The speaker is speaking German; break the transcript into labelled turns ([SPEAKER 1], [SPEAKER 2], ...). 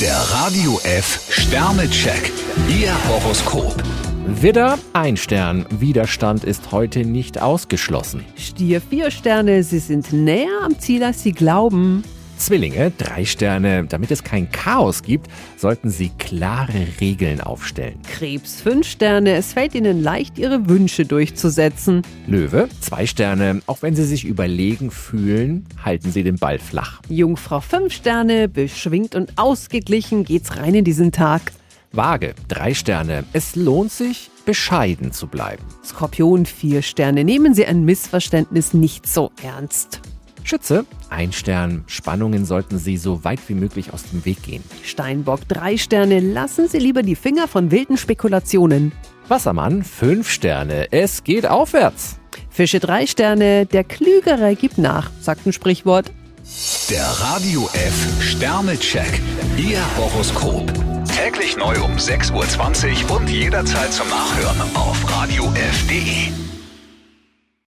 [SPEAKER 1] Der Radio F Sternecheck. Ihr Horoskop.
[SPEAKER 2] Widder, ein Stern. Widerstand ist heute nicht ausgeschlossen.
[SPEAKER 3] Stier vier Sterne, Sie sind näher am Ziel, als Sie glauben.
[SPEAKER 2] Zwillinge, drei Sterne. Damit es kein Chaos gibt, sollten Sie klare Regeln aufstellen.
[SPEAKER 3] Krebs fünf Sterne, es fällt Ihnen leicht, Ihre Wünsche durchzusetzen.
[SPEAKER 2] Löwe, zwei Sterne. Auch wenn Sie sich überlegen fühlen, halten Sie den Ball flach.
[SPEAKER 3] Jungfrau fünf Sterne, beschwingt und ausgeglichen geht's rein in diesen Tag.
[SPEAKER 2] Waage, drei Sterne. Es lohnt sich, bescheiden zu bleiben.
[SPEAKER 3] Skorpion vier Sterne, nehmen Sie ein Missverständnis nicht so ernst.
[SPEAKER 2] Schütze, ein Stern. Spannungen sollten Sie so weit wie möglich aus dem Weg gehen.
[SPEAKER 3] Steinbock drei Sterne, lassen Sie lieber die Finger von wilden Spekulationen.
[SPEAKER 2] Wassermann, fünf Sterne. Es geht aufwärts.
[SPEAKER 3] Fische drei Sterne, der Klügere gibt nach, sagt ein Sprichwort.
[SPEAKER 1] Der Radio F Sternecheck. Ihr Horoskop. Täglich neu um 6.20 Uhr und jederzeit zum Nachhören auf Radio